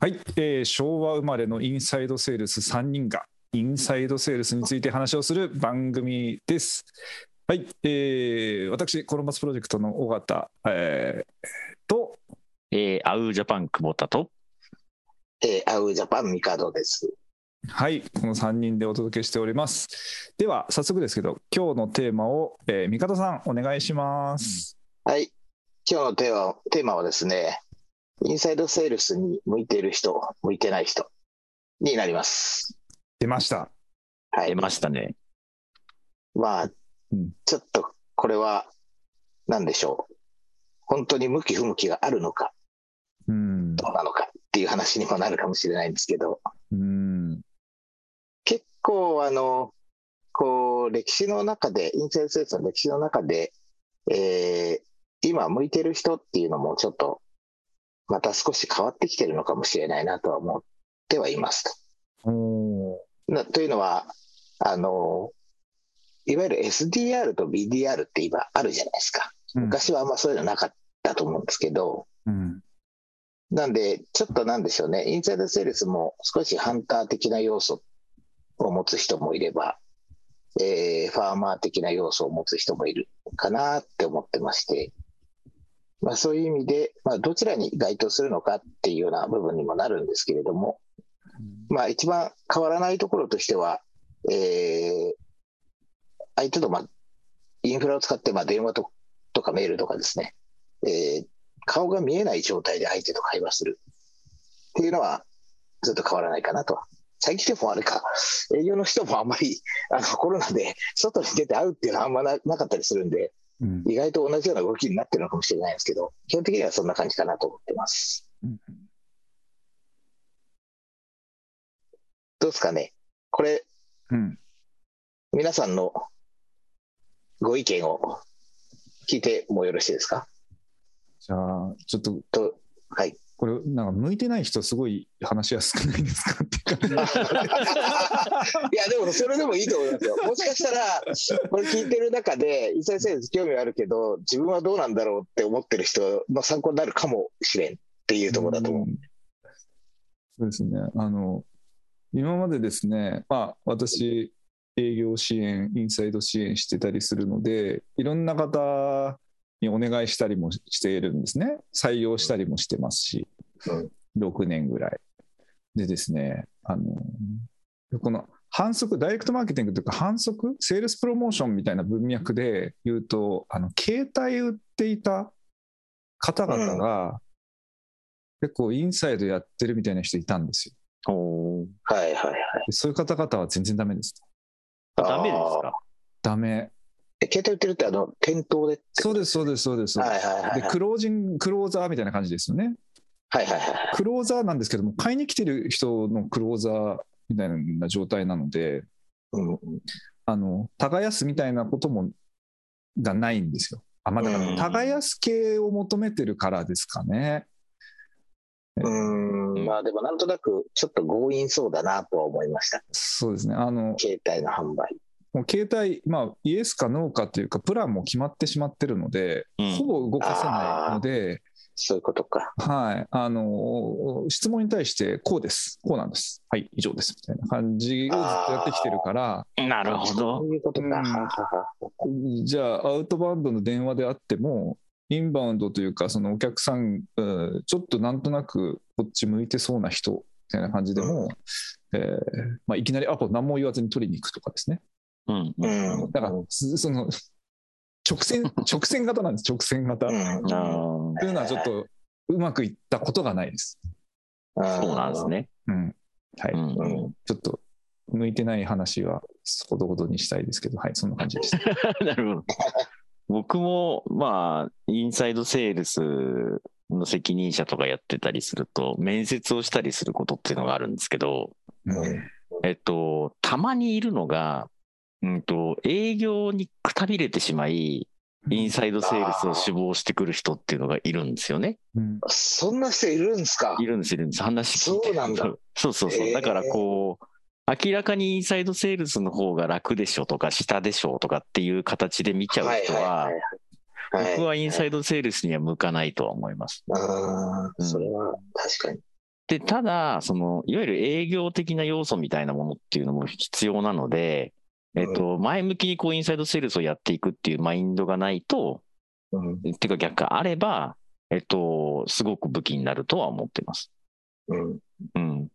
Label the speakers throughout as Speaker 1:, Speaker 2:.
Speaker 1: はい、えー昭和生まれのインサイドセールス3人がインサイドセールスについて話をする番組です。はい、えー私、コロンバスプロジェクトの尾形、えーと、
Speaker 2: えー、アウージャパン久保田と、
Speaker 3: えー、アウジャパンミカドです。
Speaker 1: はい、この3人でお届けしております。では、早速ですけど、今日のテーマを、えー、三方さん、お願いします。
Speaker 3: はい。今日のテーマテーマはですね、インサイドセールスに向いている人、向いてない人になります。
Speaker 1: 出ました。
Speaker 3: は
Speaker 2: 出
Speaker 3: い。
Speaker 2: ましたね。
Speaker 3: まあ、
Speaker 2: ん
Speaker 3: ちょっとこれは何でしょう。本当に向き不向きがあるのか、
Speaker 1: うん。
Speaker 3: どうなのかっていう話にもなるかもしれないんですけど、
Speaker 1: うん。
Speaker 3: 結構あの、こう、歴史の中で、インサイドセールスの歴史の中で、えー今向いてる人っていうのもちょっと、また少し変わってきてるのかもしれないなとは思ってはいます
Speaker 1: おー
Speaker 3: と。なというのは、あの、いわゆる SDR と BDR って今あるじゃないですか。昔はあんまそういうのなかったと思うんですけど、
Speaker 1: うん。
Speaker 3: なんで、ちょっとなんでしょうね、インサイドセールスも少しハンター的な要素を持つ人もいれば、えーファーマー的な要素を持つ人もいるかなって思ってまして、まあ、そういう意味で、まあ、どちらに該当するのかっていうような部分にもなるんですけれども、まあ、一番変わらないところとしては、えー相手と、まあ、インフラを使って、まあ、電話ととかメールとかですね、えー顔が見えない状態で相手と会話するっていうのはずっと変わらないかなと。最近でもあれか、営業の人もあんまりあのコロナで外に出て会うっていうのはあんまななかったりするんで、
Speaker 1: うん
Speaker 3: 意外と同じような動きになってるのかもしれないですけど、基本的にはそんな感じかなと思ってます。
Speaker 1: うん
Speaker 3: どうですかね。これ、
Speaker 1: うん。
Speaker 3: 皆さんのご意見を聞いてもよろしいですか
Speaker 1: じゃあ、ちょっと、
Speaker 3: と、はい。
Speaker 1: これ、なんか、向いてない人、すごい話しやすくないですかっていう感じ。
Speaker 3: いや、でもそれでもいいと思いますよ。もしかしたら、これ聞いてる中で、伊沢先生、興味あるけど、自分はどうなんだろうって思ってる人の参考になるかもしれんっていうところだと思う。
Speaker 1: んそうですね。あの、今までですね、まあ、私、営業支援、インサイド支援してたりするので、いろんな方にお願いしたりもしているんですね。採用したりもしてますし、
Speaker 3: うん
Speaker 1: 6年ぐらい。でですね、あの、この反則、ダイレクトマーケティングというか、反則、セールスプロモーションみたいな文脈で言うと、あの携帯売っていた方々が、結構インサイドやってるみたいな人いたんですよ。
Speaker 2: おー
Speaker 3: はいはいはい。
Speaker 1: でそういう方々は全然ダメです。
Speaker 2: ダメですか
Speaker 1: ダメ。
Speaker 3: え携帯売ってるって、あの、店頭でって
Speaker 1: そうです、そうです、そうです。
Speaker 3: はいはいはい
Speaker 1: で、クロージング、クローザーみたいな感じですよね。
Speaker 3: はい。はいはいはい。
Speaker 1: クローザーなんですけども、買いに来てる人のクローザーみたいな状態なので、
Speaker 3: うん、
Speaker 1: あの、耕すみたいなことも、がないんですよ。あ、まあだか
Speaker 3: う
Speaker 1: ら、
Speaker 3: ん
Speaker 1: 耕す系を求めてるからですかね。
Speaker 3: うんまあでもなんとなくちょっと強引そうだなとは思いました。
Speaker 1: そうですね。あの、
Speaker 3: 携帯の販売。
Speaker 1: もう携帯、まあ、イエスかノーかというか、プランも決まってしまってるので、
Speaker 2: うん
Speaker 1: ほぼ動かせないので、
Speaker 3: そういうことか。
Speaker 1: はい、あの、質問に対して、こうです、こうなんです、はい、以上です、みたいな感じをずっとやってきてるから、
Speaker 2: なるほ
Speaker 3: そ
Speaker 2: ど。
Speaker 3: ういうことか。
Speaker 1: うん
Speaker 3: ははは
Speaker 1: じゃあ、アウトバウンドの電話であっても、インバウンドというか、そのお客さん、うんちょっとなんとなくこっち向いてそうな人みたいな感じでも、えーまあ、いきなりアポ何も言わずに取りに行くとかですね。
Speaker 2: うん。
Speaker 3: う
Speaker 2: うん
Speaker 3: ん。
Speaker 1: だから、すその、直線、直線型なんです、直線型。
Speaker 3: うん、
Speaker 2: あー
Speaker 1: というのはちょっとうまくいったことがないです。
Speaker 2: そうなんですね。
Speaker 1: うん。はい。
Speaker 2: うん
Speaker 3: うん。
Speaker 1: ちょっと向いてない話はほどほどにしたいですけど、はい、そんな感じです。
Speaker 2: なるほど。僕も、まあ、インサイドセールスの責任者とかやってたりすると、面接をしたりすることっていうのがあるんですけど、
Speaker 1: うん
Speaker 2: えっと、たまにいるのが、うんと、営業にくたびれてしまい、インサイドセールスを志望してくる人っていうのがいるんですよね。
Speaker 1: うん
Speaker 3: そんな人いるんですか
Speaker 2: いるんです、いるんです。話聞いて
Speaker 3: そうなんだ。
Speaker 2: そうそうそ
Speaker 3: へ
Speaker 2: う。
Speaker 3: ー
Speaker 2: だからこう、明らかにインサイドセールスの方が楽でしょとか、下でしょとかっていう形で見ちゃう人は、僕はインサ
Speaker 3: イ
Speaker 2: イドセールスには向かないとは思います。
Speaker 3: ド。
Speaker 2: う
Speaker 3: ああ、
Speaker 2: ん
Speaker 3: それは確かに。
Speaker 2: で、ただ、その、いわゆる営業的な要素みたいなものっていうのも必要なので、えっと、前向きにこう、インサイドセールスをやっていくっていうマインドがないと、
Speaker 3: うん
Speaker 2: っていうか逆があれば、えっと、すごく武器になるとは思ってます。
Speaker 3: うん
Speaker 2: うん。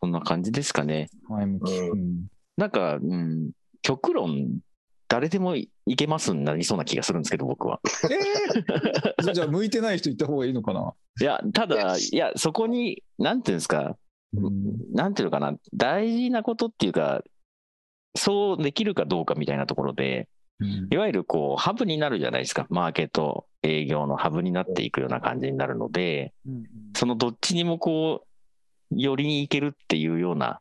Speaker 2: そんな感じですかね。
Speaker 1: 前向き。
Speaker 3: う
Speaker 1: うん
Speaker 2: なんか、うん、極論、誰でもいけますになりそうな気がするんですけど、僕は。
Speaker 1: えーじゃあ、向いてない人行った方がいいのかな。
Speaker 2: いや、ただ、
Speaker 3: Yes.
Speaker 2: いや、そこに、なんていうんですか、
Speaker 1: うん
Speaker 2: なんていうのかな、大事なことっていうか、そうできるかどうかみたいなところで、いわゆるこう、ハブになるじゃないですか、マーケット、営業のハブになっていくような感じになるので、そのどっちにもこう、寄りに行けるっていうような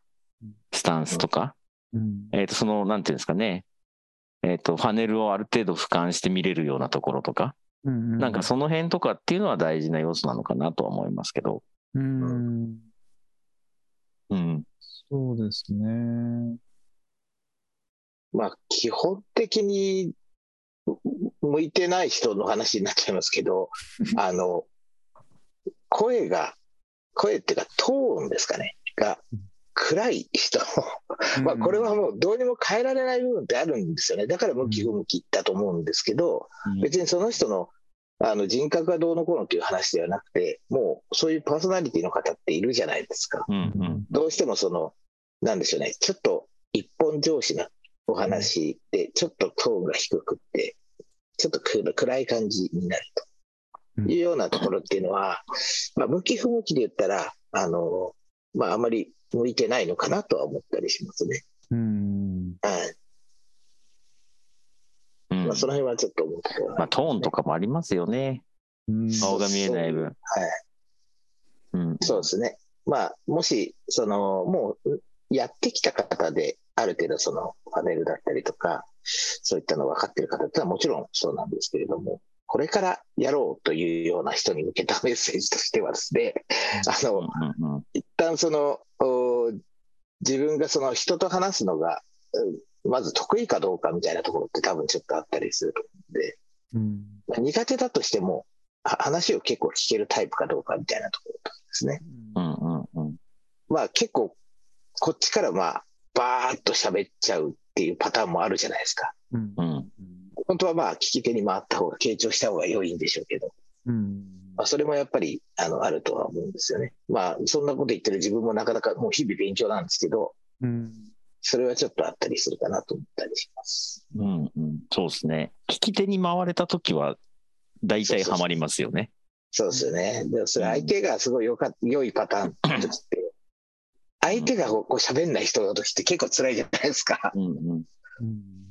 Speaker 2: スタンスとか、
Speaker 1: うん
Speaker 2: えっ、と、その、なんていうんですかね、えっ、と、ファネルをある程度俯瞰して見れるようなところとか、なんかその辺とかっていうのは大事な要素なのかなとは思いますけど、
Speaker 1: うん
Speaker 2: うん。
Speaker 1: そうですね。
Speaker 3: まあ、基本的に、う向いてない人の話になっちゃいます けど、あの、声が、声っていうか、トーンですかね、が暗い人。まあ、これはもうどうにも変えられない部分ってあるんですよね。だから向き不向きだと思うんですけど、別にその人のあの人格がどうのこうのっていう話ではなくて、もうそういうパーソナリティの方っているじゃないですか。
Speaker 2: うん
Speaker 1: う
Speaker 2: うんん。
Speaker 3: どうしてもその、なんでしょうね、ちょっと一本上司なお話で、ちょっとトーンが低くって、ちょっと暗暗い感じになるというようなところっていうのは、まあ、向き不向きで言ったら、あの、まあ、あまり向いてないのかなとは思ったりしますね。
Speaker 1: うん
Speaker 3: はい。
Speaker 2: うん
Speaker 3: まあ、その辺はちょっと思って
Speaker 2: まあ、トーンとかもありますよね。
Speaker 1: うん
Speaker 2: 顔が見えない分。はい。うん。
Speaker 3: そうですね。まあ、もし、その、もう、うやってきた方で、ある程度、その、パネルだったりとか、そういったの分かってる方ってのはもちろんそうなんですけれども、これからやろうというような人に向けたメッセージとしてはですね、あの、
Speaker 2: うんうん
Speaker 3: 一旦その、お自分がその人と話すのが、うんまず得意かどうかみたいなところって多分ちょっとあったりすると思うんで、
Speaker 1: うん
Speaker 3: まあ苦手だとしても、は話を結構聞けるタイプかどうかみたいなところとかですね。
Speaker 2: うんうんうん
Speaker 3: まあ結構、こっちからまあ、バーッと喋っちゃうっていうパターンもあるじゃないですか。
Speaker 1: うん
Speaker 2: うん
Speaker 3: 本当はまあ、聞き手に回った方が、傾聴した方が良いんでしょうけど、
Speaker 1: うん
Speaker 3: まあ、それもやっぱり、あの、あるとは思うんですよね。まあ、そんなこと言ってる自分もなかなかもう日々勉強なんですけど、
Speaker 1: うん
Speaker 3: それはちょっとあったりするかなと思ったりします。
Speaker 2: うんうん。そうですね。聞き手に回れたときは、大体ハマりますよね。
Speaker 3: そうですよね。でもそれ相手がすごい良かっ良いパターンの時って、相手がこうこう喋んない人の時って結構辛いじゃないですか。
Speaker 2: うんうん。
Speaker 1: うん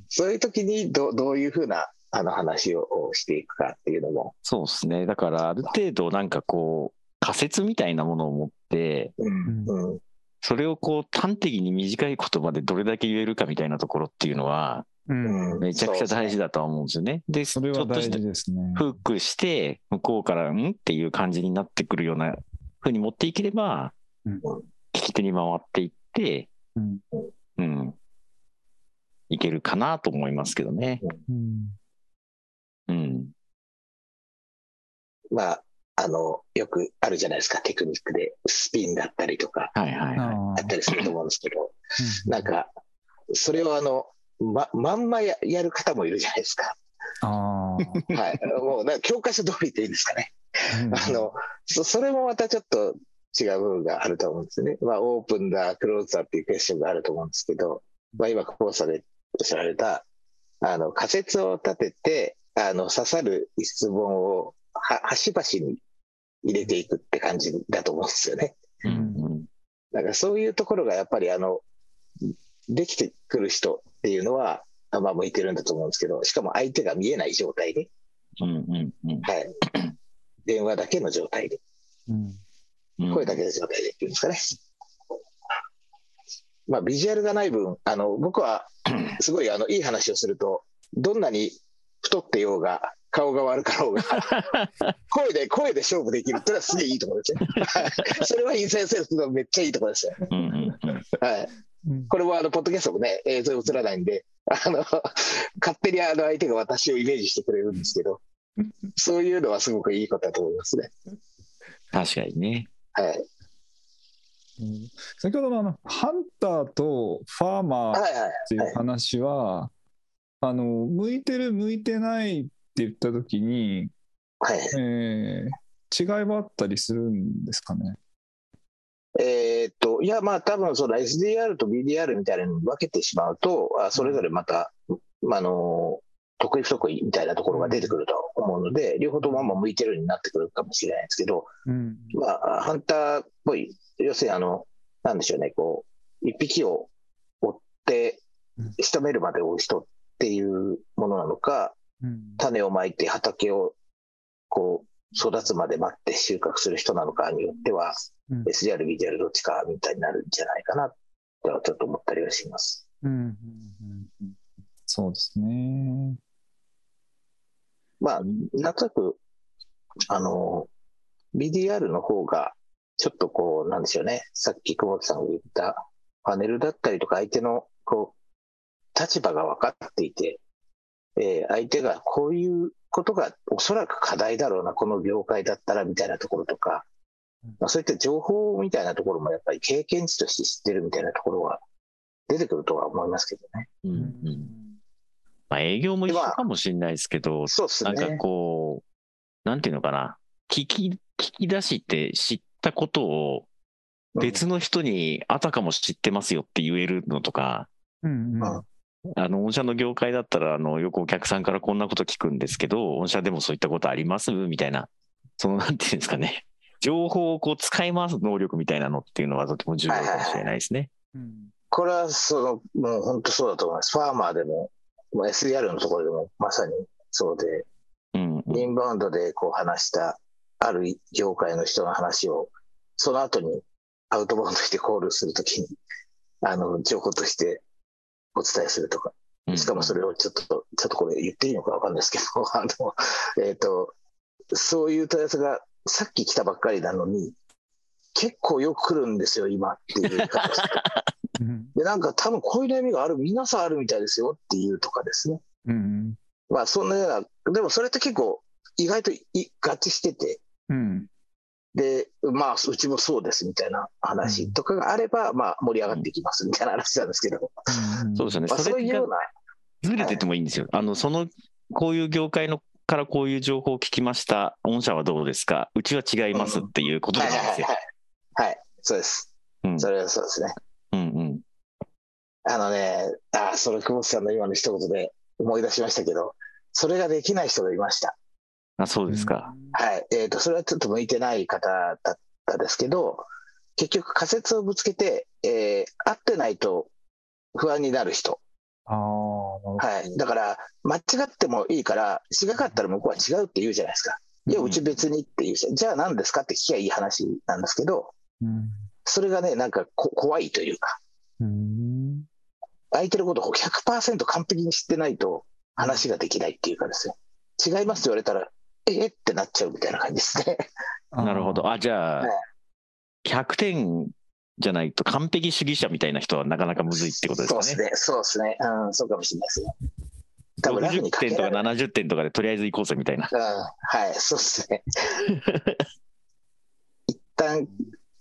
Speaker 3: そういう時にどどういうふうなあの話をしていくかっていうのも、
Speaker 2: そうですね。だから、ある程度、なんかこう、仮説みたいなものを持って、
Speaker 3: うんうん、
Speaker 2: それをこう、端的に短い言葉でどれだけ言えるかみたいなところっていうのは、
Speaker 1: うん
Speaker 3: うん
Speaker 2: めちゃくちゃ大事だとは思うんですよね。で、ち
Speaker 1: そ
Speaker 2: ょ
Speaker 1: れは
Speaker 2: っと
Speaker 1: 大
Speaker 2: した
Speaker 1: 事ですね。
Speaker 2: フックして、向こうから、んっていう感じになってくるような風に持っていければ、
Speaker 1: うん
Speaker 2: 聞き手に回っていって、
Speaker 1: うん
Speaker 2: うん、いけるかなと思いますけどね。
Speaker 1: うん
Speaker 2: うん。
Speaker 3: まあ、あの、よくあるじゃないですか、テクニックで、スピンだったりとか、
Speaker 2: はいはいはい。
Speaker 1: あ
Speaker 3: あ
Speaker 1: あ
Speaker 3: ったりすると思うんですけど、
Speaker 1: うん
Speaker 3: なんか、それをあの、ま、まんまややる方もいるじゃないですか。
Speaker 1: あ
Speaker 3: はい。もう、なんか教科書通りっていうんですかね。
Speaker 1: ー
Speaker 3: あの、そ、それもまたちょっと違う部分があると思うんですよね。まあ、オープンだ、クローズだっていうクエスチョンがあると思うんですけど、まあ、今、コーサでおっしゃられた、あの、仮説を立てて、あの、刺さる質問を、は、端々に入れていくって感じだと思うんですよね。
Speaker 2: うんうん
Speaker 3: だからそういうところがやっぱりあの、できてくる人っていうのは、まあ向いてるんだと思うんですけど、しかも相手が見えない状態で、
Speaker 2: うんうんうん
Speaker 3: はい。電話だけの状態で、
Speaker 1: うん
Speaker 2: うん
Speaker 3: 声だけの状態でっていうんですかね。まあビジュアルがない分、あの、僕はすごいあの、いい話をすると、どんなに太ってようが、顔が悪かろう が、声で、声で勝負できるってのはすげえいいところですね。はいそれはインサイドセールスのめっちゃいいところですよ。
Speaker 2: うんうんうん
Speaker 3: はい。
Speaker 1: うん
Speaker 3: これもあの、ポッドキャストもね、映像映らないんで、あの、勝手にあの相手が私をイメージしてくれるんですけど、そういうのはすごくいいことだと思いますね。
Speaker 2: 確かにね。
Speaker 3: はい。
Speaker 1: うん先ほどのあのハンターとファーマー
Speaker 3: はい
Speaker 1: っ
Speaker 3: はい。
Speaker 1: ていう話は、あの向いてる向いてないって言った時に、
Speaker 3: はい。
Speaker 1: えー違いはあったりするんですかね。
Speaker 3: えーっと、いや、まあ、多分その SDR と BDR みたいなのに分けてしまうと、あそれぞれまた、まあ、あの、得意不得意みたいなところが出てくると思うので、両方ともまあ向いてるようになってくるかもしれないですけど、
Speaker 1: うん
Speaker 3: まあ、ハンターっぽい、要するにあの、なんでしょうね、こう、一匹を追って
Speaker 1: うん、
Speaker 3: 仕留めるまで追う人っていうものなのか、
Speaker 1: うん
Speaker 3: 種をまいて畑をこう育つまで待って収穫する人なのかによっては、
Speaker 1: うん
Speaker 3: SDR、BDR どっちかみたいになるんじゃないかなとはちょっと思ったりはします。
Speaker 1: うんうんそうですね。
Speaker 3: まあ、なんとなく、あの、BDR の方が、ちょっとこう、なんでしょうね。さっき久保木さんが言ったパネルだったりとか、相手の、こう、立場が分かっていて、えー相手がこういうことがおそらく課題だろうな、この業界だったらみたいなところとか
Speaker 1: うん、
Speaker 3: まあ、そういった情報みたいなところもやっぱり経験値として知ってるみたいなところは出てくるとは思いますけどね。
Speaker 2: うんうんまあ、営業も一緒かもしれないですけど、
Speaker 3: そうです
Speaker 2: な
Speaker 3: ね。
Speaker 2: んかこう、なんていうのかな、聞き、聞き出して知ったことを別の人にあたかも知ってますよって言えるのとか、
Speaker 1: うんうん
Speaker 3: あ
Speaker 2: あの、御社の業界だったら、あの、よくお客さんからこんなこと聞くんですけど、御社でもそういったことありますみたいな、その、なんていうんですかね、 情報をこう使い回す能力みたいなのっていうのはとても重要かもしれないですね。
Speaker 1: うん
Speaker 3: これはその、もう本当そうだと思います。ファーマーでも、もう SDR のところでもまさにそうで、
Speaker 2: うん、うん
Speaker 3: インバウンドでこう話した、ある業界の人の話を、その後にアウトバウンドしてコールするときに、あの、情報としてお伝えするとか、
Speaker 2: うん
Speaker 3: しかもそれをちょっと、ちょっとこれ言っていいのかわかんないですけど、 あの、えっ、と、そういう問い合わせがさっき来たばっかりなのに、結構よく来るんですよ、今っていう形で。
Speaker 1: うん
Speaker 3: で、なんか多分こういう悩みがある、皆さんあるみたいですよっていうとかですね。
Speaker 1: うん
Speaker 3: まあそんなような、でもそれって結構意外とい合致してて、
Speaker 1: うん
Speaker 3: で、まあうちもそうですみたいな話とかがあれば、まあ盛り上がっていきますみたいな話なんですけど、
Speaker 2: そうですよね。
Speaker 3: まあ
Speaker 2: そ
Speaker 3: そう
Speaker 2: れ
Speaker 3: いう
Speaker 2: が
Speaker 3: ような、
Speaker 2: ずれててもいいんですよ。あの、その、こういう業界のからこういう情報を聞きました。御社はどうですかうちは違いますっていうこと
Speaker 3: は
Speaker 2: ないん
Speaker 3: は
Speaker 2: で
Speaker 3: い
Speaker 2: すよ
Speaker 3: は。いはい。はい、そうです。
Speaker 2: うん
Speaker 3: それはそうですね。
Speaker 2: うんうん。
Speaker 3: あのね、ああ、それ久保田さんの今の一言で思い出しましたけど、それができない人がいました。
Speaker 2: あ、そうですか。。
Speaker 3: はい。えっ、と、それはちょっと向いてない方だったですけど、結局仮説をぶつけて、えー合ってないと不安になる人。
Speaker 1: ああ、なるほど
Speaker 3: はい。だから、間違ってもいいから、違かったら向こうは違うって言うじゃないですか。いや、うち別にって言う人。じゃあ何ですかって聞きゃいい話なんですけど、
Speaker 1: うん
Speaker 3: それがね、なんかこ怖いというか、
Speaker 1: うん
Speaker 3: 相手のことを100%完璧に知ってないと話ができないっていうかですね。違いますって言われたら、ええってなっちゃうみたいな感じですね。
Speaker 2: なるほど。。あ、じゃあ
Speaker 3: はい、
Speaker 2: 100点じゃないと完璧主義者みたいな人はなかなかむずいってことですかね。
Speaker 3: そうですね、そうですね、うん、そうかもしれないですね。多分ラフ
Speaker 2: 60
Speaker 3: にかけ
Speaker 2: 点とから
Speaker 3: れない。
Speaker 2: 70点とかでとりあえず行こうぜみたいな。
Speaker 3: うん、はい、そうですね。 一旦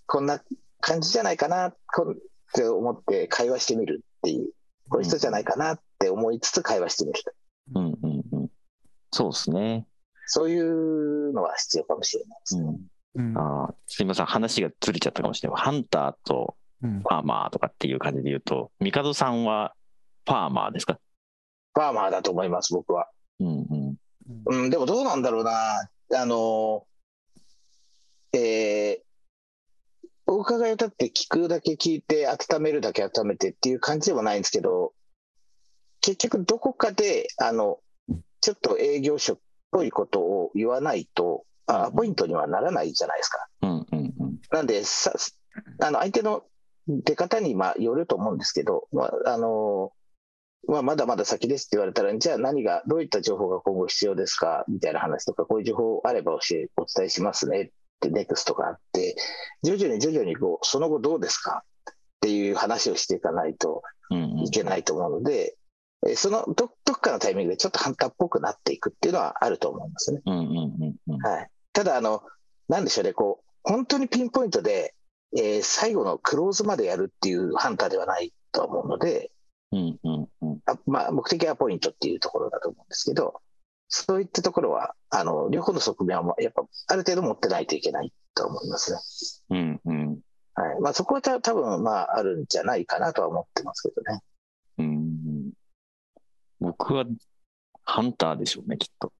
Speaker 3: こんな感じじゃないかなこんって思って会話してみるっていう、こういう人じゃないかなって思いつつ会話してみると、
Speaker 2: うんうんうん。そうですね。
Speaker 3: そういうのは必要かもしれないですね。
Speaker 1: うん
Speaker 2: あーすいません。話がずれちゃったかもしれない。ハンターと
Speaker 1: うん
Speaker 2: ファーマーとかっていう感じで言うと、ミカドさんはファーマーですか
Speaker 3: ファーマーだと思います、僕は。
Speaker 2: うんうん。
Speaker 3: うん、でもどうなんだろうな。あの、えーお伺いを立って聞くだけ聞いて、温めるだけ温めてっていう感じでもないんですけど、結局どこかで、あの、ちょっと営業職っぽいことを言わないと、あアポイントにはならないじゃないですか。
Speaker 2: うんうんうん。
Speaker 3: なんでさ、あの相手の出方にまあよると思うんですけど、まああのまあ、まだまだ先ですって言われたら、じゃあ何が、どういった情報が今後必要ですかみたいな話とか、こういう情報あれば教えお伝えしますねって、ネクストがあって、徐々に徐々にこうその後どうですかっていう話をしていかないと
Speaker 2: うんうん
Speaker 3: いけないと思うので、えそのどどっかのタイミングでちょっとハンターっぽくなっていくっていうのはあると思いますね。
Speaker 2: うんうんうんうん。
Speaker 3: はい、ただあの、なんでしょうね、こう本当にピンポイントで、えー最後のクローズまでやるっていうハンターではないと思うので、
Speaker 2: うんうんうん。
Speaker 3: あまあ、目的はポイントっていうところだと思うんですけど、そういったところは、あの、両方の側面は、やっぱ、ある程度持ってないといけないと思いますね。
Speaker 2: うんうん。
Speaker 3: はい。まあ、そこはた多分、まあ、あるんじゃないかなとは思ってますけどね。
Speaker 2: うん、僕はハンターでしょうね、きっと。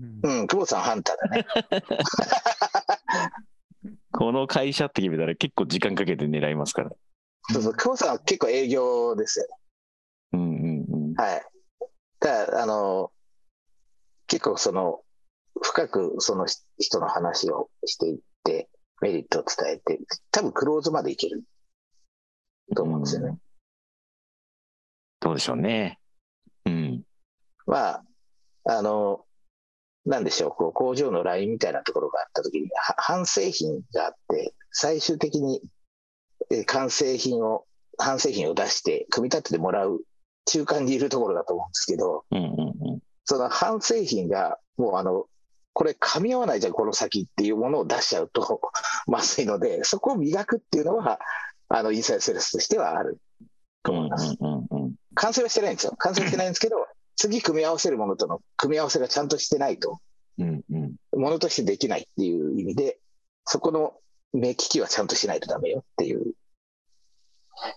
Speaker 3: うん、久保さんハンターだね。
Speaker 2: この会社って決めたら結構時間かけて狙いますから。
Speaker 3: そうそう、久保さんは結構営業ですよね。
Speaker 2: うんうんうん。
Speaker 3: はい。だから、あの、結構その、深くその人の話をしていって、メリットを伝えて、多分クローズまでいけると思うんですよね。
Speaker 2: どうでしょうね。うん。
Speaker 3: まあ、あの、なんでしょう、こう工場のラインみたいなところがあったときに、は半製品があって、最終的にえー完成品を、半製品を出して、組み立ててもらう中間にいるところだと思うんですけど、
Speaker 2: うんうん
Speaker 3: その半製品が、もうあの、これ噛み合わないじゃん、この先っていうものを出しちゃうとまずいので、そこを磨くっていうのは、あの、インサイドセールスとしてはあると
Speaker 2: うん。うん
Speaker 3: 思います。
Speaker 2: うんうんうん。
Speaker 3: 完成はしてないんですよ。完成してないんですけど、次組み合わせるものとの組み合わせがちゃんとしてないと、
Speaker 2: うんうん。
Speaker 3: ものとしてできないっていう意味で、そこの目利きはちゃんとしないとダメよっていう、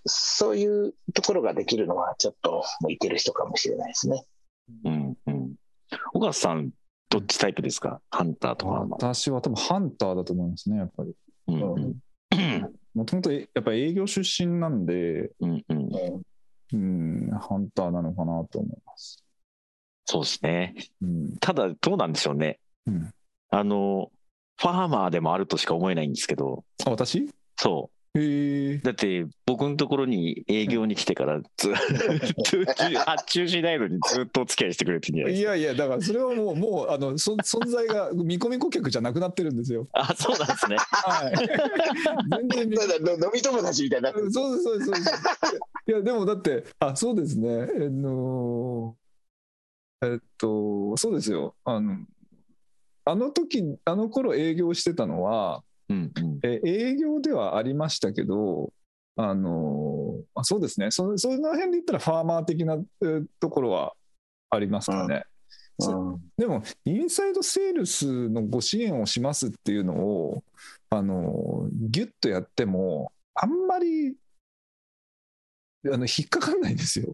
Speaker 3: そういうところができるのは、ちょっと向いてる人かもしれないですね。
Speaker 2: うんうん。小川さん、どっちタイプですかハンターとかは。
Speaker 1: 私は多分ハンターだと思いますね、やっぱり。
Speaker 2: うんうん。
Speaker 1: もともとやっぱり営業出身なんで、
Speaker 2: うんうん。
Speaker 1: うん、ハンターなのかなと思います。
Speaker 2: そうですね。
Speaker 1: うん、
Speaker 2: ただ、どうなんでしょうね。
Speaker 1: うん
Speaker 2: あの、ファーマーでもあるとしか思えないんですけど、
Speaker 1: あ、私
Speaker 2: そ
Speaker 1: へえ
Speaker 2: う。。だって、僕のところに営業に来てからず、 ずっと発注しないのにずっとお付き合いしてくれてるんじゃないで
Speaker 1: い
Speaker 2: すか。
Speaker 1: やいや、だからそれはもう、もう、あの、そ存在が見込み顧客じゃなくなってるんですよ。
Speaker 2: あ、そうなん ですね。
Speaker 1: はい。全然見
Speaker 3: ただの飲み友達みたいになってる
Speaker 1: うんそうですそうですそうです。いやでもだってあそうですね。あのーえっとそうですよ。あのあの時あの頃営業してたのは
Speaker 2: うんうん。
Speaker 1: え営業ではありましたけど。あのーあそうですねそ、その辺で言ったらファーマー的なえーところはありますかね。
Speaker 3: うん
Speaker 1: でも、インサイドセールスのご支援をしますっていうのを、あの、ギュッとやっても、あんまり、あの、引っかかんないんですよ。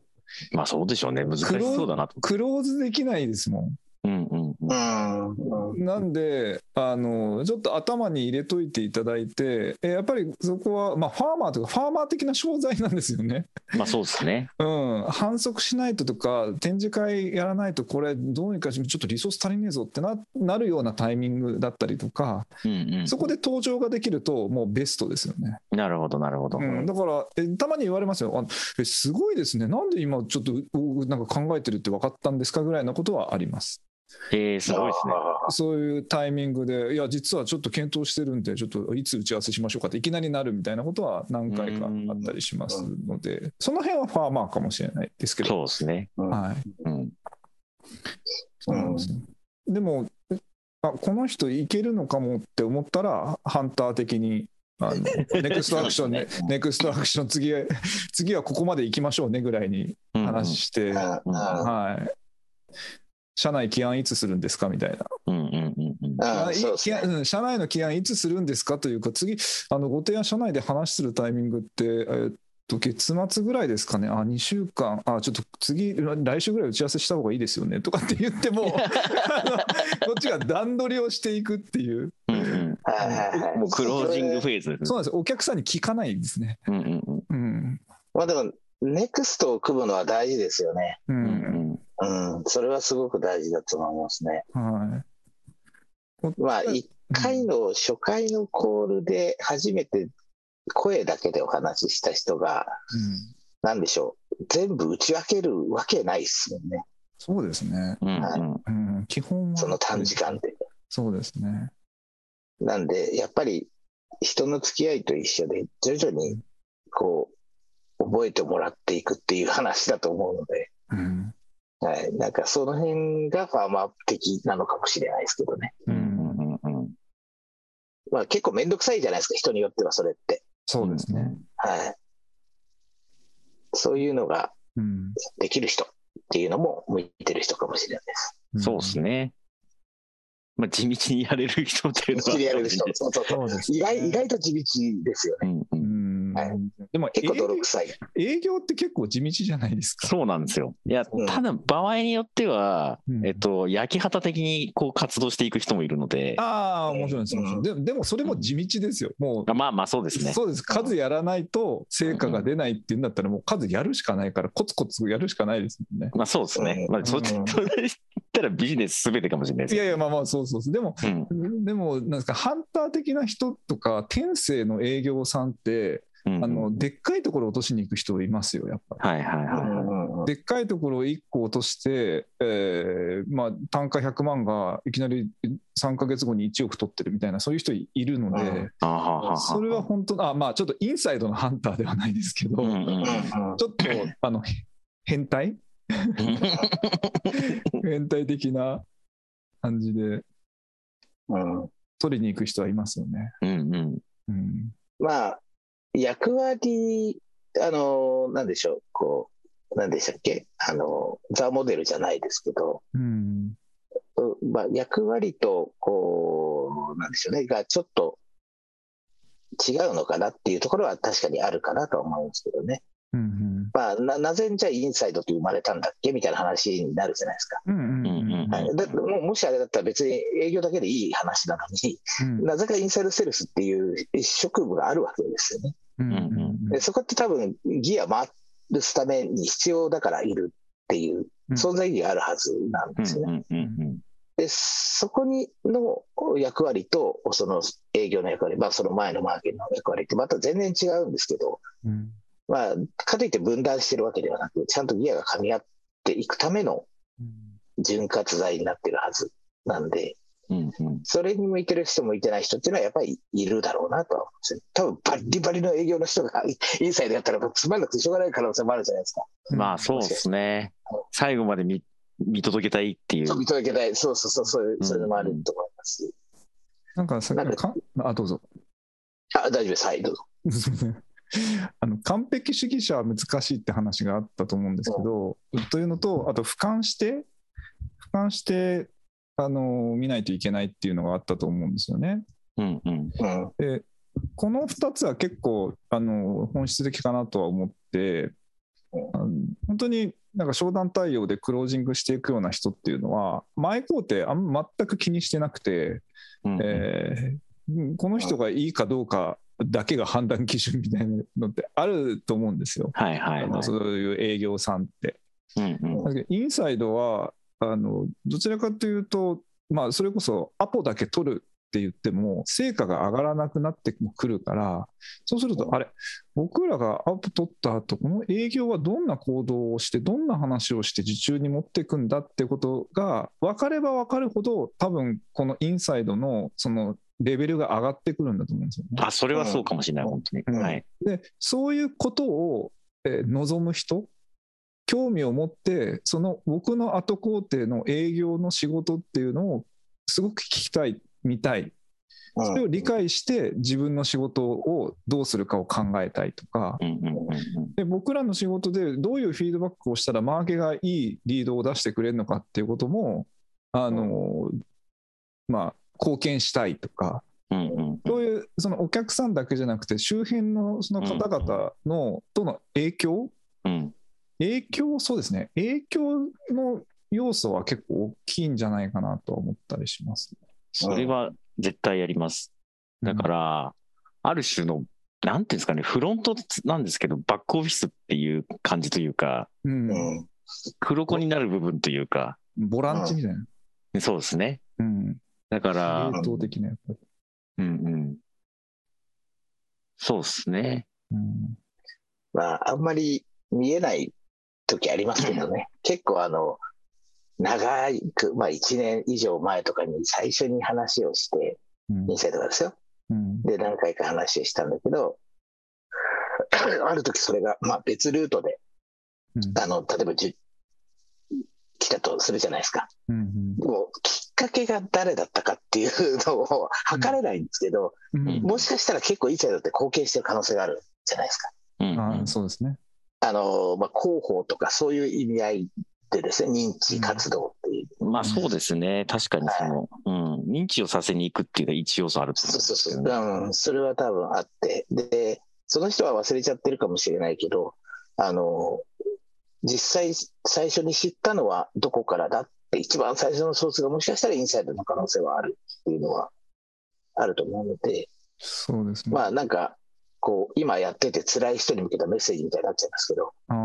Speaker 2: まあそうでしょうね。難しそうだなと。
Speaker 1: クローズできないですも
Speaker 2: うんうんうん。
Speaker 3: うん
Speaker 1: ん。なんで、あの、ちょっと頭に入れといていただいて、えやっぱりそこは、まあ、ファーマーとか、ファーマー的な商材なんですよね。
Speaker 2: まあそうですね。
Speaker 1: うん、反則しないととか、展示会やらないと、これ、どうにかしちょっとリソース足りねえぞってななるようなタイミングだったりとか、
Speaker 2: うん
Speaker 1: そこで登場ができると、もうベストですよね。
Speaker 2: うん。なるほど、なるほど。
Speaker 1: うん、だからえ、たまに言われますよあのえ、すごいですね、なんで今、ちょっとおなんか考えてるって分かったんですかぐらいのことはあります。
Speaker 2: えー、すごいですね。
Speaker 1: そういうタイミングで、いや、実はちょっと検討してるんで、ちょっといつ打ち合わせしましょうかって、いきなりなるみたいなことは何回かあったりしますので、その辺はファーマーかもしれないですけど。
Speaker 2: そうですね。
Speaker 1: はい
Speaker 2: うん。
Speaker 1: そうなんですねでもえあこの人いけるのかもって思ったらハンター的にあ のネクストアクションねネクストアクション次へ次はここまで行きましょうねぐらいに
Speaker 2: うんうん
Speaker 1: 話して、
Speaker 3: うん
Speaker 1: はい社内起案いつするんですかみたいな、
Speaker 2: うんうんうんうん。
Speaker 3: うん
Speaker 1: あい
Speaker 3: そうです
Speaker 1: 起
Speaker 3: ね
Speaker 1: 案うん社内の起案いつするんですかというか次あのご提案社内で話するタイミングって、えっと月末ぐらいですかねあ2週間あちょっと次来週ぐらい打ち合わせした方がいいですよねとかって言って もあのこっちが段取りをしていくっていう
Speaker 2: うんうん
Speaker 3: はいはいはい
Speaker 2: もうクロージングフェーズです
Speaker 1: そう
Speaker 2: ね。
Speaker 1: なんですお客さんに聞かないですね
Speaker 2: うんうんうん
Speaker 1: うん
Speaker 3: まあでも、ネクストを組むのは大事ですよね。
Speaker 1: う、
Speaker 2: うんん
Speaker 3: うん、それはすごく大事だと思いますね。
Speaker 1: はい
Speaker 3: まあ、
Speaker 1: うん
Speaker 3: 1回の初回のコールで初めて声だけでお話しした人が、
Speaker 1: うん
Speaker 3: なんでしょう、全部打ち分けるわけないですよね、
Speaker 1: そうですね、
Speaker 2: うんうん
Speaker 1: うん、基本は
Speaker 3: その短時間で。
Speaker 1: そうですね
Speaker 3: なんで、やっぱり人の付き合いと一緒で、徐々にこう、覚えてもらっていくっていう話だと思うので、
Speaker 1: うん、
Speaker 3: はい、なんかその辺がファーマー的なのかもしれないですけどね。
Speaker 2: うんうんうんうん
Speaker 3: まあ、結構めんどくさいじゃないですか、人によってはそれって。
Speaker 1: そうですね。
Speaker 3: はい。そういうのが
Speaker 1: うん。
Speaker 3: できる人っていうのも向いてる人かもしれないです。
Speaker 2: そうですね。まあ、地道にやれる人っていうのは。
Speaker 3: 切りやれる人。そうそうそう
Speaker 1: そうですね
Speaker 3: 意外、意外と地道ですよね。
Speaker 2: うんう
Speaker 1: うんん
Speaker 3: はい
Speaker 1: でも営
Speaker 3: 結構
Speaker 1: 業
Speaker 3: 泥臭い。
Speaker 1: 営業って結構地道じゃないですか。
Speaker 2: そうなんですよ。いや、
Speaker 3: うん
Speaker 2: ただ場合によっては、
Speaker 1: うん
Speaker 2: えっと、焼き旗的にこう活動していく人もいるので、
Speaker 1: ああ、面白いです。面白いでもでもそれも地道ですよ。もう
Speaker 2: あまあまあそうですね。
Speaker 1: そうです数やらないと成果が出ないっていうんだったらもう数やるしかないからコツコツやるしかないですもんね。
Speaker 2: まあそうですね。
Speaker 3: うん
Speaker 2: まあ、そっち、
Speaker 1: うん
Speaker 2: それ言ったらビジネスすべてかもしれないです。
Speaker 1: いやいやまあまあそうそうそうでも
Speaker 2: うん
Speaker 1: でもなんですかハンター的な人とか天性の営業さんって
Speaker 2: うん
Speaker 1: あのでっかいところを落としに行く人いますよやっぱり。
Speaker 2: はいはいは
Speaker 1: でっかいところを1個落として、えーまあ、単価100万がいきなり3か月後に1億取ってるみたいなそういう人いるので、
Speaker 3: うん
Speaker 2: い。あははは
Speaker 1: それは本当あまあちょっとインサイドのハンターではないですけど、
Speaker 2: う んうんうん
Speaker 1: ちょっとあのへ変態変態的な感じで
Speaker 3: うんうん
Speaker 1: 取りに行く人はいますよね。
Speaker 2: うんうん
Speaker 1: うん
Speaker 3: まあ、役割、あの、なんでしょう、こう、なんでしたっけ、あの、ザ・モデルじゃないですけど、
Speaker 1: うん
Speaker 3: うまあ、役割と、こう、なんでしょうね、がちょっと違うのかなっていうところは確かにあるかなとは思うんですけどね。
Speaker 1: うんうん
Speaker 3: まあ、ななぜじゃあインサイドって生まれたんだっけみたいな話になるじゃないですか。
Speaker 1: うんうんうん
Speaker 2: うん
Speaker 3: はい、だってももしあれだったら別に営業だけでいい話なのに、
Speaker 1: うん
Speaker 3: なぜかインサイドセールスっていう職務があるわけですよね。
Speaker 1: うん
Speaker 2: うんうん
Speaker 3: でそこって多分ギア回るために必要だからいるっていう
Speaker 1: うん
Speaker 3: 存在意義があるはずなん
Speaker 2: う
Speaker 3: ですよね。
Speaker 2: んうん
Speaker 3: でそこにの役割とその営業の役割、まあ、その前のマーケットの役割ってまた全然違うんですけど、
Speaker 1: うん
Speaker 3: まあ、かといって分断してるわけではなくちゃんとギアが噛み合っていくための潤滑剤になってるはずなんで
Speaker 2: うんうん
Speaker 3: それに向いてる人向いてない人っていうのはやっぱりいるだろうなとは思うんですよ多分バリバリの営業の人がインサイドやったらつまんなくてしょうがない可能性もあるじゃないですか。
Speaker 2: まあそうですね。最後まで見見届けたいっていう。
Speaker 3: そう見届けたい、そうそうそう、そういう、そういうのもあると思いますし。
Speaker 1: なんかさっきのかんあどうぞ。
Speaker 3: あ、大丈夫です。はい、どうぞ。
Speaker 1: すいません あの完璧主義者は難しいって話があったと思うんですけど、というのと、あと俯瞰して、俯瞰してあの見ないといけないっていうのがあったと思うんですよね。
Speaker 2: うんうん
Speaker 3: うん。
Speaker 1: でこの2つは結構あの本質的かなとは思って、あの本当になんか商談対応でクロージングしていくような人っていうのは、前工程、あんま全く気にしてなくて、
Speaker 2: うんうん
Speaker 1: えーこの人がいいかどうかだけが判断基準みたいなのってあると思うんですよ、
Speaker 2: はいはい
Speaker 1: あの
Speaker 2: はい
Speaker 1: そういう営業さんって。
Speaker 2: うんうん
Speaker 1: だけどインサイドはあのどちらかというと、まあ、それこそアポだけ取るって言っても成果が上がらなくなってくるからそうするとあれ僕らがアポ取った後この営業はどんな行動をしてどんな話をして受注に持っていくんだってことが分かれば分かるほど多分このインサイドのそのレベルが上がってくるんだと思うんですよね。
Speaker 2: あ、それはそうかもしれない、本当に。
Speaker 3: うん
Speaker 2: はい。
Speaker 1: でそういうことを、えー望む人興味を持ってその僕の後工程の営業の仕事っていうのをすごく聞きたい見たいそれを理解して自分の仕事をどうするかを考えたいとか
Speaker 2: うんうんうんうん
Speaker 1: で僕らの仕事でどういうフィードバックをしたらマーケがいいリードを出してくれるのかっていうこともあの、まあ貢献したいとか
Speaker 2: うんうんうん
Speaker 1: そういうそのお客さんだけじゃなくて周辺のその方々のとの影響
Speaker 2: うん
Speaker 1: 影響そうですね影響の要素は結構大きいんじゃないかなとは思ったりします、
Speaker 2: それは絶対やります。だからら、ある種の、なんていうんですかね、フロントなんですけど、バックオフィスっていう感じというか、
Speaker 1: うん、
Speaker 3: うん。
Speaker 2: 黒子になる部分というか、
Speaker 1: ボランチみたいな、
Speaker 2: そうですね。
Speaker 1: うん、
Speaker 2: だから
Speaker 1: 系、統的なやっぱり、
Speaker 2: うんうん、そうですね。
Speaker 1: うん
Speaker 3: まあ、あんまり見えない時ありますけどね。結構、あの、長いく、まあ、1年以上前とかに最初に話をして、
Speaker 1: うん
Speaker 3: インサイドがですよ。
Speaker 1: うん
Speaker 3: で、何回か話をしたんだけど、 ある時それが、まあ、別ルートで、
Speaker 1: うん
Speaker 3: あの、例えばじゅ、来たとするじゃないですか。
Speaker 1: うん
Speaker 3: もうきかけが誰だったかっていうのを測れないんですけど、
Speaker 1: うん
Speaker 3: もしかしたら結構インサイドって貢献してる可能性があるじゃないですか。
Speaker 2: うん
Speaker 1: あーそうですね。
Speaker 3: あの、まあ、広報とかそういう意味合いでですね、認知活動っていう。
Speaker 2: まあそうですね。確かにその、うん、認知をさせに行くっていうのが一要素あると思
Speaker 3: そううそうそう。
Speaker 2: んです
Speaker 3: うん、それは多分あって。で、その人は忘れちゃってるかもしれないけど、あの、実際最初に知ったのはどこからだって、一番最初のソースがもしかしたらインサイドの可能性はあるっていうのはあると思うので、
Speaker 1: そうですね。
Speaker 3: まあなんか、こう、今やってて辛い人に向けたメッセージみたいになっちゃいますけど、
Speaker 1: あ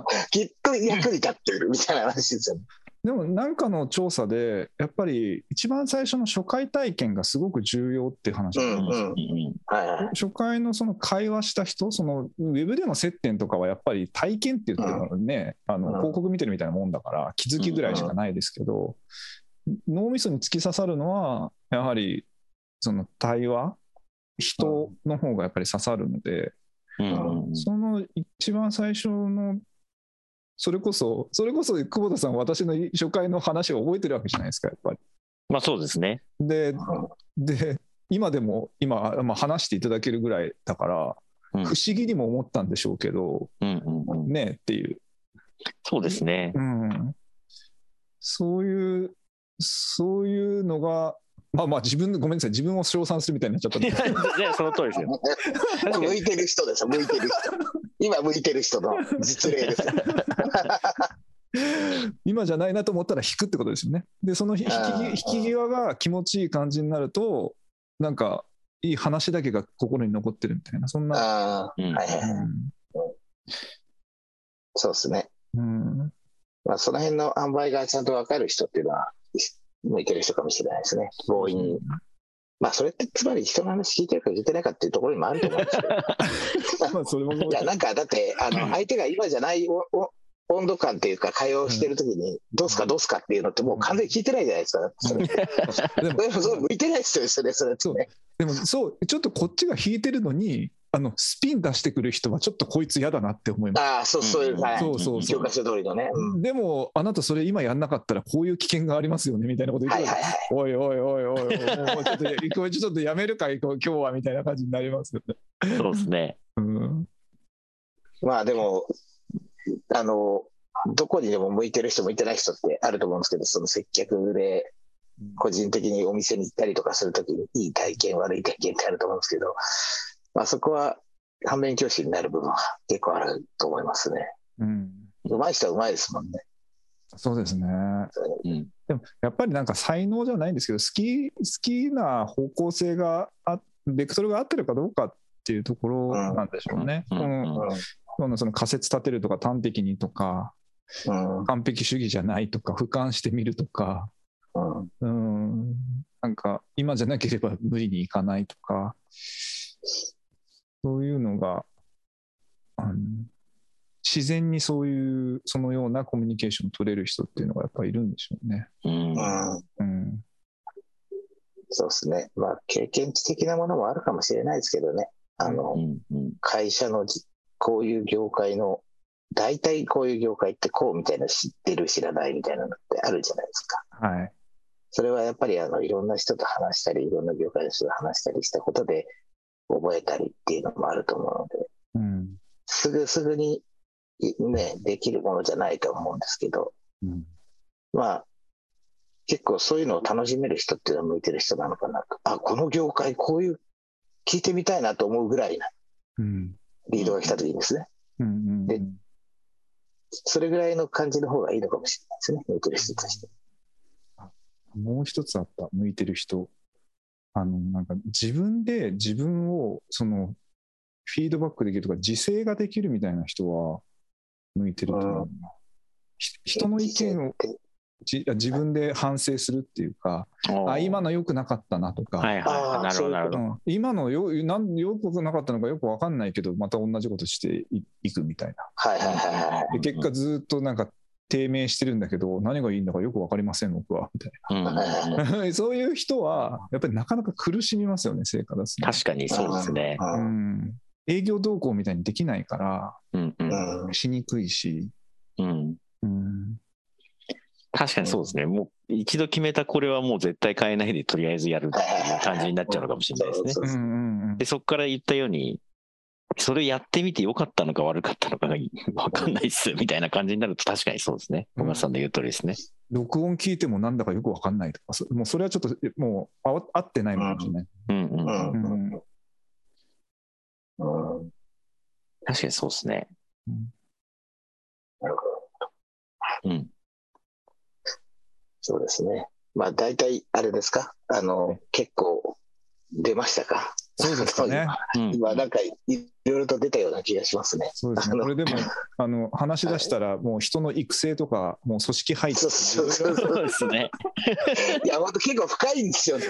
Speaker 1: ー
Speaker 3: きっと役に立ってるみたいな話ですよね。
Speaker 1: でもなんかの調査でやっぱり一番最初の初回体験がすごく重要っていう話があるんですよ
Speaker 2: けど
Speaker 3: うんうんはいはい。
Speaker 1: 初回のその会話した人、そのウェブでの接点とかはやっぱり体験って言ってもね、あの
Speaker 3: うん
Speaker 1: 広告見てるみたいなもんだから、気づきぐらいしかないですけど、脳みそに突き刺さるのは、やはりその対話、人の方がやっぱり刺さるので、
Speaker 2: うんうんうん
Speaker 1: その一番最初の、それこそ、それこそ久保田さん、私の初回の話を覚えてるわけじゃないですか、やっぱり。
Speaker 2: まあそうですね。
Speaker 1: で、
Speaker 3: うん
Speaker 1: で今でも、今、まあ、話していただけるぐらいだから、
Speaker 2: うん
Speaker 1: 不思議にも思ったんでしょうけど、
Speaker 2: うんうんうん、
Speaker 1: ねえっていう、
Speaker 2: そうですね。
Speaker 1: うん、そういう、そういうのが、まあまあ、自分の、ごめんなさい、自分を称賛するみたいになっちゃったん
Speaker 2: い
Speaker 1: で
Speaker 2: や、いやその通りです よ。確か
Speaker 3: 向
Speaker 2: に
Speaker 3: いてる人ですよ、向いてる人。今向いてる人の実例ですよ。
Speaker 1: 今じゃないなと思ったら引くってことですよね。で、その引き
Speaker 3: あー
Speaker 1: 引き際が気持ちいい感じになると、なんか、いい話だけが心に残ってるみたいな、そんな。
Speaker 3: あ
Speaker 2: うん
Speaker 3: あ、はいはい。そうですね。
Speaker 1: うんうん
Speaker 3: まあ、その辺の塩梅がちゃんと分かる人っていうのは、向いてる人かもしれないですね。強引に。まあ、それってつまり人の話聞いてるか聞いてないかっていうところにもあると思うんですけど。
Speaker 1: ま あそれも
Speaker 3: いや、なんかだって、あの、相手が今じゃないおお温度感っていうか、会話をしてるときに、どうすかどうすかっていうのってもう完全に聞いてないじゃないですか。それ、
Speaker 1: でも
Speaker 3: でもそう向いてないですよね、それ、それってね。
Speaker 1: でもそう、ちょっとこっちが引いてるのに、あのスピン出してくる人は、ちょっとこいつ嫌だなって思います。
Speaker 3: ああ、そう、そういう、はい。
Speaker 1: そうそうそ
Speaker 3: 教
Speaker 1: う
Speaker 3: 科書通りのね。うん
Speaker 1: でも、あなたそれ今やんなかったら、こういう危険がありますよねみたいなこと言っ
Speaker 3: はい
Speaker 1: て、
Speaker 3: はいはい。
Speaker 1: おいおいおいおいおい、もうちょっとこれちょっとやめるか、こう今日はみたいな感じになりますよね。
Speaker 2: そうですね。
Speaker 1: うん、
Speaker 3: まあでも、あの、どこにでも向いてる人、向いてない人ってあると思うんですけど、その接客で、個人的にお店に行ったりとかするときに、いい体験、悪い体験ってあると思うんですけど、まあそこは、反面教師になる部分は結構あると思いますね。
Speaker 1: うん、
Speaker 3: 上手い人は上手いですもんね。
Speaker 1: そうですね。
Speaker 2: うん
Speaker 1: でもやっぱりなんか才能じゃないんですけど、好き好きな方向性があ、ベクトルが合ってるかどうかっていうところなんでしょうね。
Speaker 2: うん
Speaker 1: こ
Speaker 2: う
Speaker 1: の
Speaker 2: ん
Speaker 1: このその仮説立てるとか、端的にとか、
Speaker 3: うん。うん。
Speaker 1: 完璧主義じゃないとか俯瞰してみるとか
Speaker 3: うん。
Speaker 1: うんなんか今じゃなければ無理にいかないとかそういうのがあの自然にそういうそのようなコミュニケーションを取れる人っていうのがやっぱりいるんでしょうね。
Speaker 2: うん
Speaker 3: うん。
Speaker 1: うん、
Speaker 3: そうですね。まあ経験値的なものもあるかもしれないですけどね。あの、
Speaker 2: うんうん
Speaker 3: 会社のじこういう業界の、大体こういう業界ってこうみたいな知ってる知らないみたいなのってあるじゃないですか。
Speaker 1: はい、
Speaker 3: それはやっぱりあのいろんな人と話したり、いろんな業界の人と話したりしたことで覚えたりっていうのもあると思うので、
Speaker 1: うん
Speaker 3: すぐすぐにいね、できるものじゃないと思うんですけど、
Speaker 1: うん
Speaker 3: まあ、結構そういうのを楽しめる人っていうのは向いてる人なのかなと。あ、この業界こういう、聞いてみたいなと思うぐらいな
Speaker 1: うん
Speaker 3: リードが来た時にですね。
Speaker 1: うんう
Speaker 3: で
Speaker 1: ん、
Speaker 3: それぐらいの感じの方がいいのかもしれないですね、向いてる人として。
Speaker 1: もう一つあった向いてる人あのなんか自分で自分をそのフィードバックできるとか自制ができるみたいな人は向いてると思うな、ひ人の意見をじあ自分で反省するっていうか、あ今の良くなかったなとか、
Speaker 2: はいはい。
Speaker 3: あー
Speaker 2: なるほど、なるほ
Speaker 1: う
Speaker 2: ど。
Speaker 1: ん今のよなんよくなかったのかよく分かんないけどまた同じことしていいくみたいな
Speaker 3: はいはいはいはいはい。
Speaker 1: で結果ずっとなんか低迷してるんだけど何がいいんだかよく分かりません僕はみたいな。
Speaker 2: うんうんうん
Speaker 1: そういう人は、やっぱりなかなか苦しみますよね、成果出すの
Speaker 2: 確かにそうですね。
Speaker 3: う
Speaker 1: うんん。営業動向みたいにできないから、
Speaker 2: うんう
Speaker 3: うんん
Speaker 1: しにくいし、
Speaker 2: うん
Speaker 1: うん。
Speaker 2: 確かにそうですね。もう一度決めたこれはもう絶対変えないでとりあえずやるっていう感じになっちゃうのかもしれないですね。
Speaker 3: そう
Speaker 1: う
Speaker 3: そうんそう
Speaker 1: うんうん
Speaker 2: で、そこから言ったように、それやってみてよかったのか悪かったのかがわかんないっすみたいな感じになると確かにそうですね。
Speaker 1: うん
Speaker 2: 小川さんの言う通りですね。
Speaker 1: 録音聞いてもなんだかよくわかんないとかそもうそれはちょっとえもうあわ合ってないもんね、
Speaker 2: うんうん。
Speaker 3: う
Speaker 1: うんん
Speaker 3: うん
Speaker 2: 確かにそうですね。
Speaker 3: なるほ
Speaker 2: う
Speaker 3: ど
Speaker 2: ん。
Speaker 3: そうですね。まあ大体あれですかあの、結構出ましたか
Speaker 1: そうですかね
Speaker 2: うん、
Speaker 3: 今なんかいろいろと出たような気がしますね。
Speaker 1: そうですねこれでもあの話し出したらもう人の育成とかもう組織配置
Speaker 3: そうそうそうそ
Speaker 2: そうですね。
Speaker 3: う。いや、本当結構深いんですよね。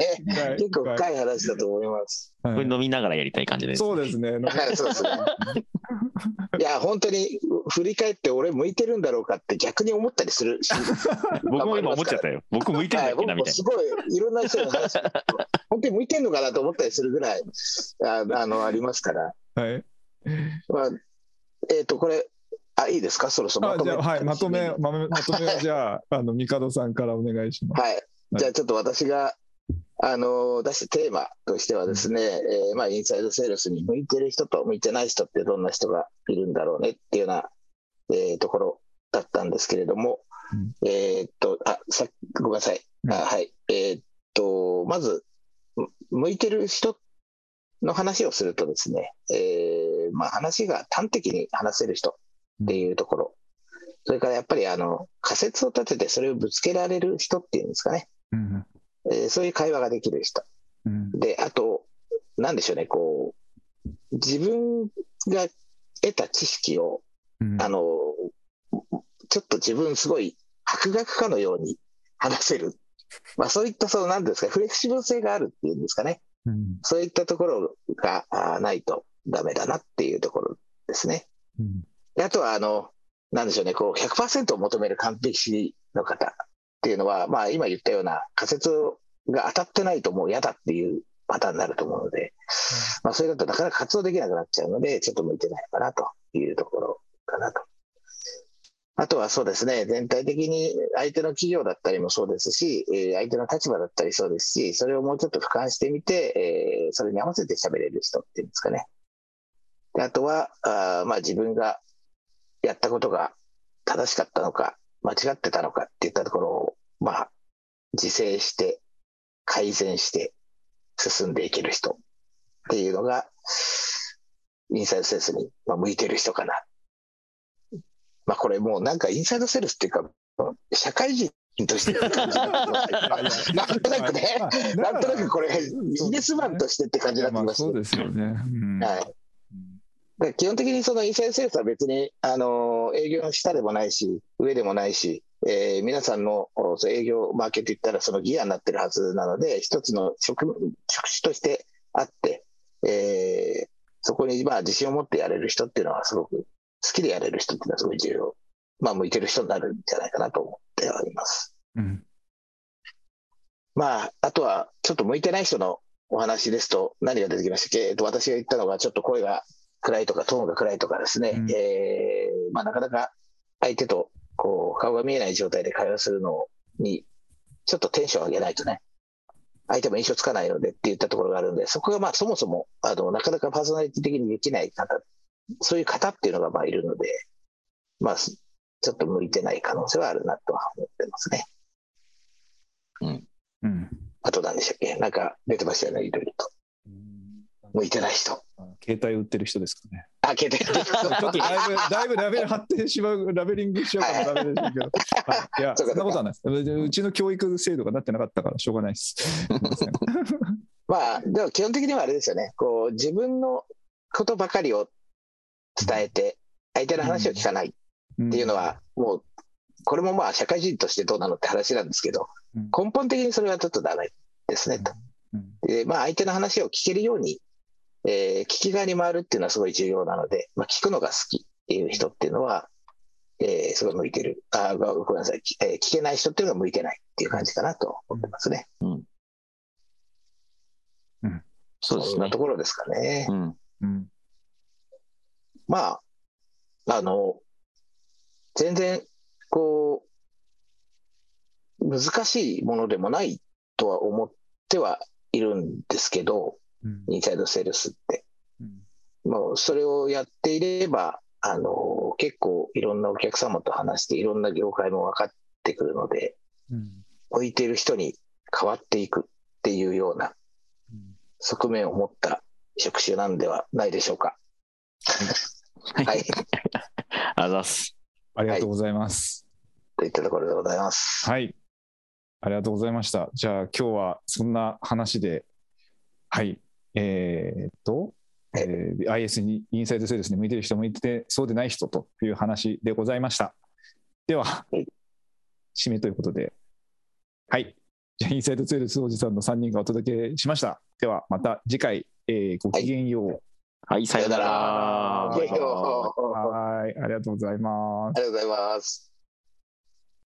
Speaker 3: 結構深い話だと思います。
Speaker 1: は
Speaker 2: これ飲みながらやりたい感じで
Speaker 1: い
Speaker 2: す。
Speaker 1: そうですねなんか
Speaker 3: はい、そうですね。いや、本当に振り返って俺向いてるんだろうかって逆に思ったりするし。
Speaker 2: 僕も今思っちゃったよ。僕向いてんだ
Speaker 3: はい
Speaker 2: っけ
Speaker 3: 僕
Speaker 2: なみ
Speaker 3: も
Speaker 2: たい
Speaker 3: すごいいろんな人の話聞くと本当に向いてるのかなと思ったりするぐらいああのありますから、
Speaker 1: はい
Speaker 3: まあえっとこれあいいですかそろそろ
Speaker 1: あじゃあはいまとめ
Speaker 3: は
Speaker 1: まめまとめをじゃああの帝さんからお願いします
Speaker 3: いじゃあちょっと私があの出したテーマとしてはですね、えーまあ、インサイドセールスに向いてる人と向いてない人ってどんな人がいるんだろうねっていうような、えーところだったんですけれども、えーっと、あ、さごめんなさい。あ
Speaker 1: うん
Speaker 3: はい。えーっと、まず、む向いてる人の話をするとですね、えーまあ話が端的に話せる人っていうところ。それからやっぱりあの、仮説を立ててそれをぶつけられる人っていうんですかね。
Speaker 1: うん
Speaker 3: えーそういう会話ができる人。
Speaker 1: うん
Speaker 3: で、あと、なんでしょうね、こう、自分が得た知識を
Speaker 1: うん
Speaker 3: あの、ちょっと自分すごい博学家のように話せる。まあそういったその何ですか、フレキシブル性があるっていうんですかね。
Speaker 1: うん
Speaker 3: そういったところがあーないとダメだなっていうところですね。
Speaker 1: うん
Speaker 3: であとはあの、なんでしょうね、こう100%を求める完璧主義の方っていうのは、まあ今言ったような仮説が当たってないともう嫌だっていうパターンになると思うので、まあそれだとなかなか活動できなくなっちゃうので、ちょっと向いてないかなというところかなと。あとはそうですね、全体的に相手の企業だったりもそうですし、えー相手の立場だったりそうですし、それをもうちょっと俯瞰してみて、えーそれに合わせて喋れる人っていうんですかね。であとは、あーまあ自分がやったことが正しかったのか、間違ってたのかっていったところを、まあ、自制して、改善して、進んでいける人っていうのが、インサイドセールスにまあ向いてる人かな。まあ、これもうなんかインサイドセールスっていうか、社会人としての感じになってますけど なんとなくね、
Speaker 1: あだから
Speaker 3: なんとなくこれ、ビジネスマンとしてって感じになって
Speaker 1: ま
Speaker 3: ま
Speaker 1: あ
Speaker 3: す
Speaker 1: そうですよねうん
Speaker 3: はい。だから基本的にそのインサイドセールスは別に、あのー営業の下でもないし、上でもないし、えー皆さんのおそう営業マーケット行ったらそのギアになってるはずなので、一つの職務職種としてあって、えーそこにまあ自信を持ってやれる人っていうのはすごく好きでやれる人っていうのはすごい重要。まあ向いてる人になるんじゃないかなと思っております。
Speaker 1: うん
Speaker 3: まあ、あとは、ちょっと向いてない人のお話ですと、何が出てきましたっけ、えっと、私が言ったのが、ちょっと声が暗いとか、トーンが暗いとかですね、
Speaker 1: うん
Speaker 3: えーまあ、なかなか相手とこう顔が見えない状態で会話するのに、ちょっとテンションを上げないとね、相手も印象つかないのでって言ったところがあるんで、そこがまあそもそもあのなかなかパーソナリティ的にできない方、そういう方っていうのがまあいるので、まあ、すちょっと向いてない可能性はあるなとは思ってますね。
Speaker 1: うん
Speaker 3: あと何でしたっけなんか出てましたよね、いろいろと。向いてない人。
Speaker 1: 携帯売ってる人ですかね。
Speaker 3: あ、携帯 やってる人。
Speaker 1: ちょっとだいぶ、 だいぶラベル張ってしまう、ラベリングしようかな、ラベルでしょ うけど。はいいや、
Speaker 3: そう
Speaker 1: そ
Speaker 3: か
Speaker 1: んなことはないです。うちの教育制度がなってなかったから、しょうがないです。すいません
Speaker 3: まあ、でも基本的にはあれですよね。こう、自分のことばかりを伝えて、相手の話を聞かないっ
Speaker 1: うん
Speaker 3: ていうのは、もう、これもまあ、社会人としてどうなのって話なんですけど、
Speaker 1: うん
Speaker 3: 根本的にそれはちょっとダメですね、と。
Speaker 1: うん
Speaker 3: で、まあ、相手の話を聞けるように、えー聞き側に回るっていうのはすごい重要なので、まあ、聞くのが好きっていう人っていうのは、えーすごい向いてる。あ、ごごめんなさい、きえー聞けない人っていうのが向いてないっていう感じかなと思ってますね。
Speaker 2: そうです
Speaker 3: んな
Speaker 2: ね
Speaker 3: と。ころですかね。
Speaker 2: うん。
Speaker 1: うん
Speaker 3: まあ、あの、全然、こう、難しいものでもないとは思ってはいるんですけど、
Speaker 1: うん
Speaker 3: インサイドセールスって。
Speaker 1: うん
Speaker 3: もうそれをやっていれば、あの、結構いろんなお客様と話して、いろんな業界も分かってくるので、
Speaker 1: うん
Speaker 3: 置いている人に変わっていくっていうような側面を持った職種なんではないでしょうか。
Speaker 2: い
Speaker 3: はい。
Speaker 2: あざっす。
Speaker 1: ありがとうございます。
Speaker 3: といったところでございます。
Speaker 1: はい。ありがとうございました。じゃあ今日はそんな話で、はい。えーっと、えー IS にインサイドセールスに向いてる人向いてて、そうでない人という話でございました。では
Speaker 3: はい、
Speaker 1: 締めということで、はい。じゃあインサイドセールスおじさんの3人がお届けしました。ではまた次回、えーごきげんよう。
Speaker 2: はい、さよなら。
Speaker 3: よいしょ
Speaker 1: はい、ありがとうございます。
Speaker 3: ありがとうございます。